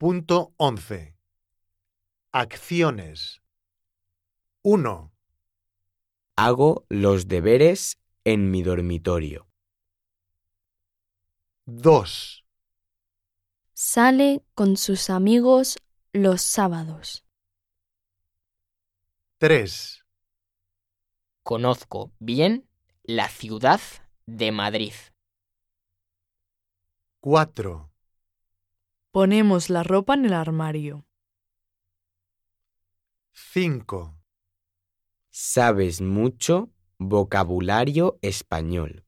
6.11 Acciones 1, Hago los deberes en mi dormitorio. 2, Sale con sus amigos los sábados. 3, Conozco bien la ciudad de Madrid. 4, Ponemos la ropa en el armario. 5, Sabes mucho vocabulario español.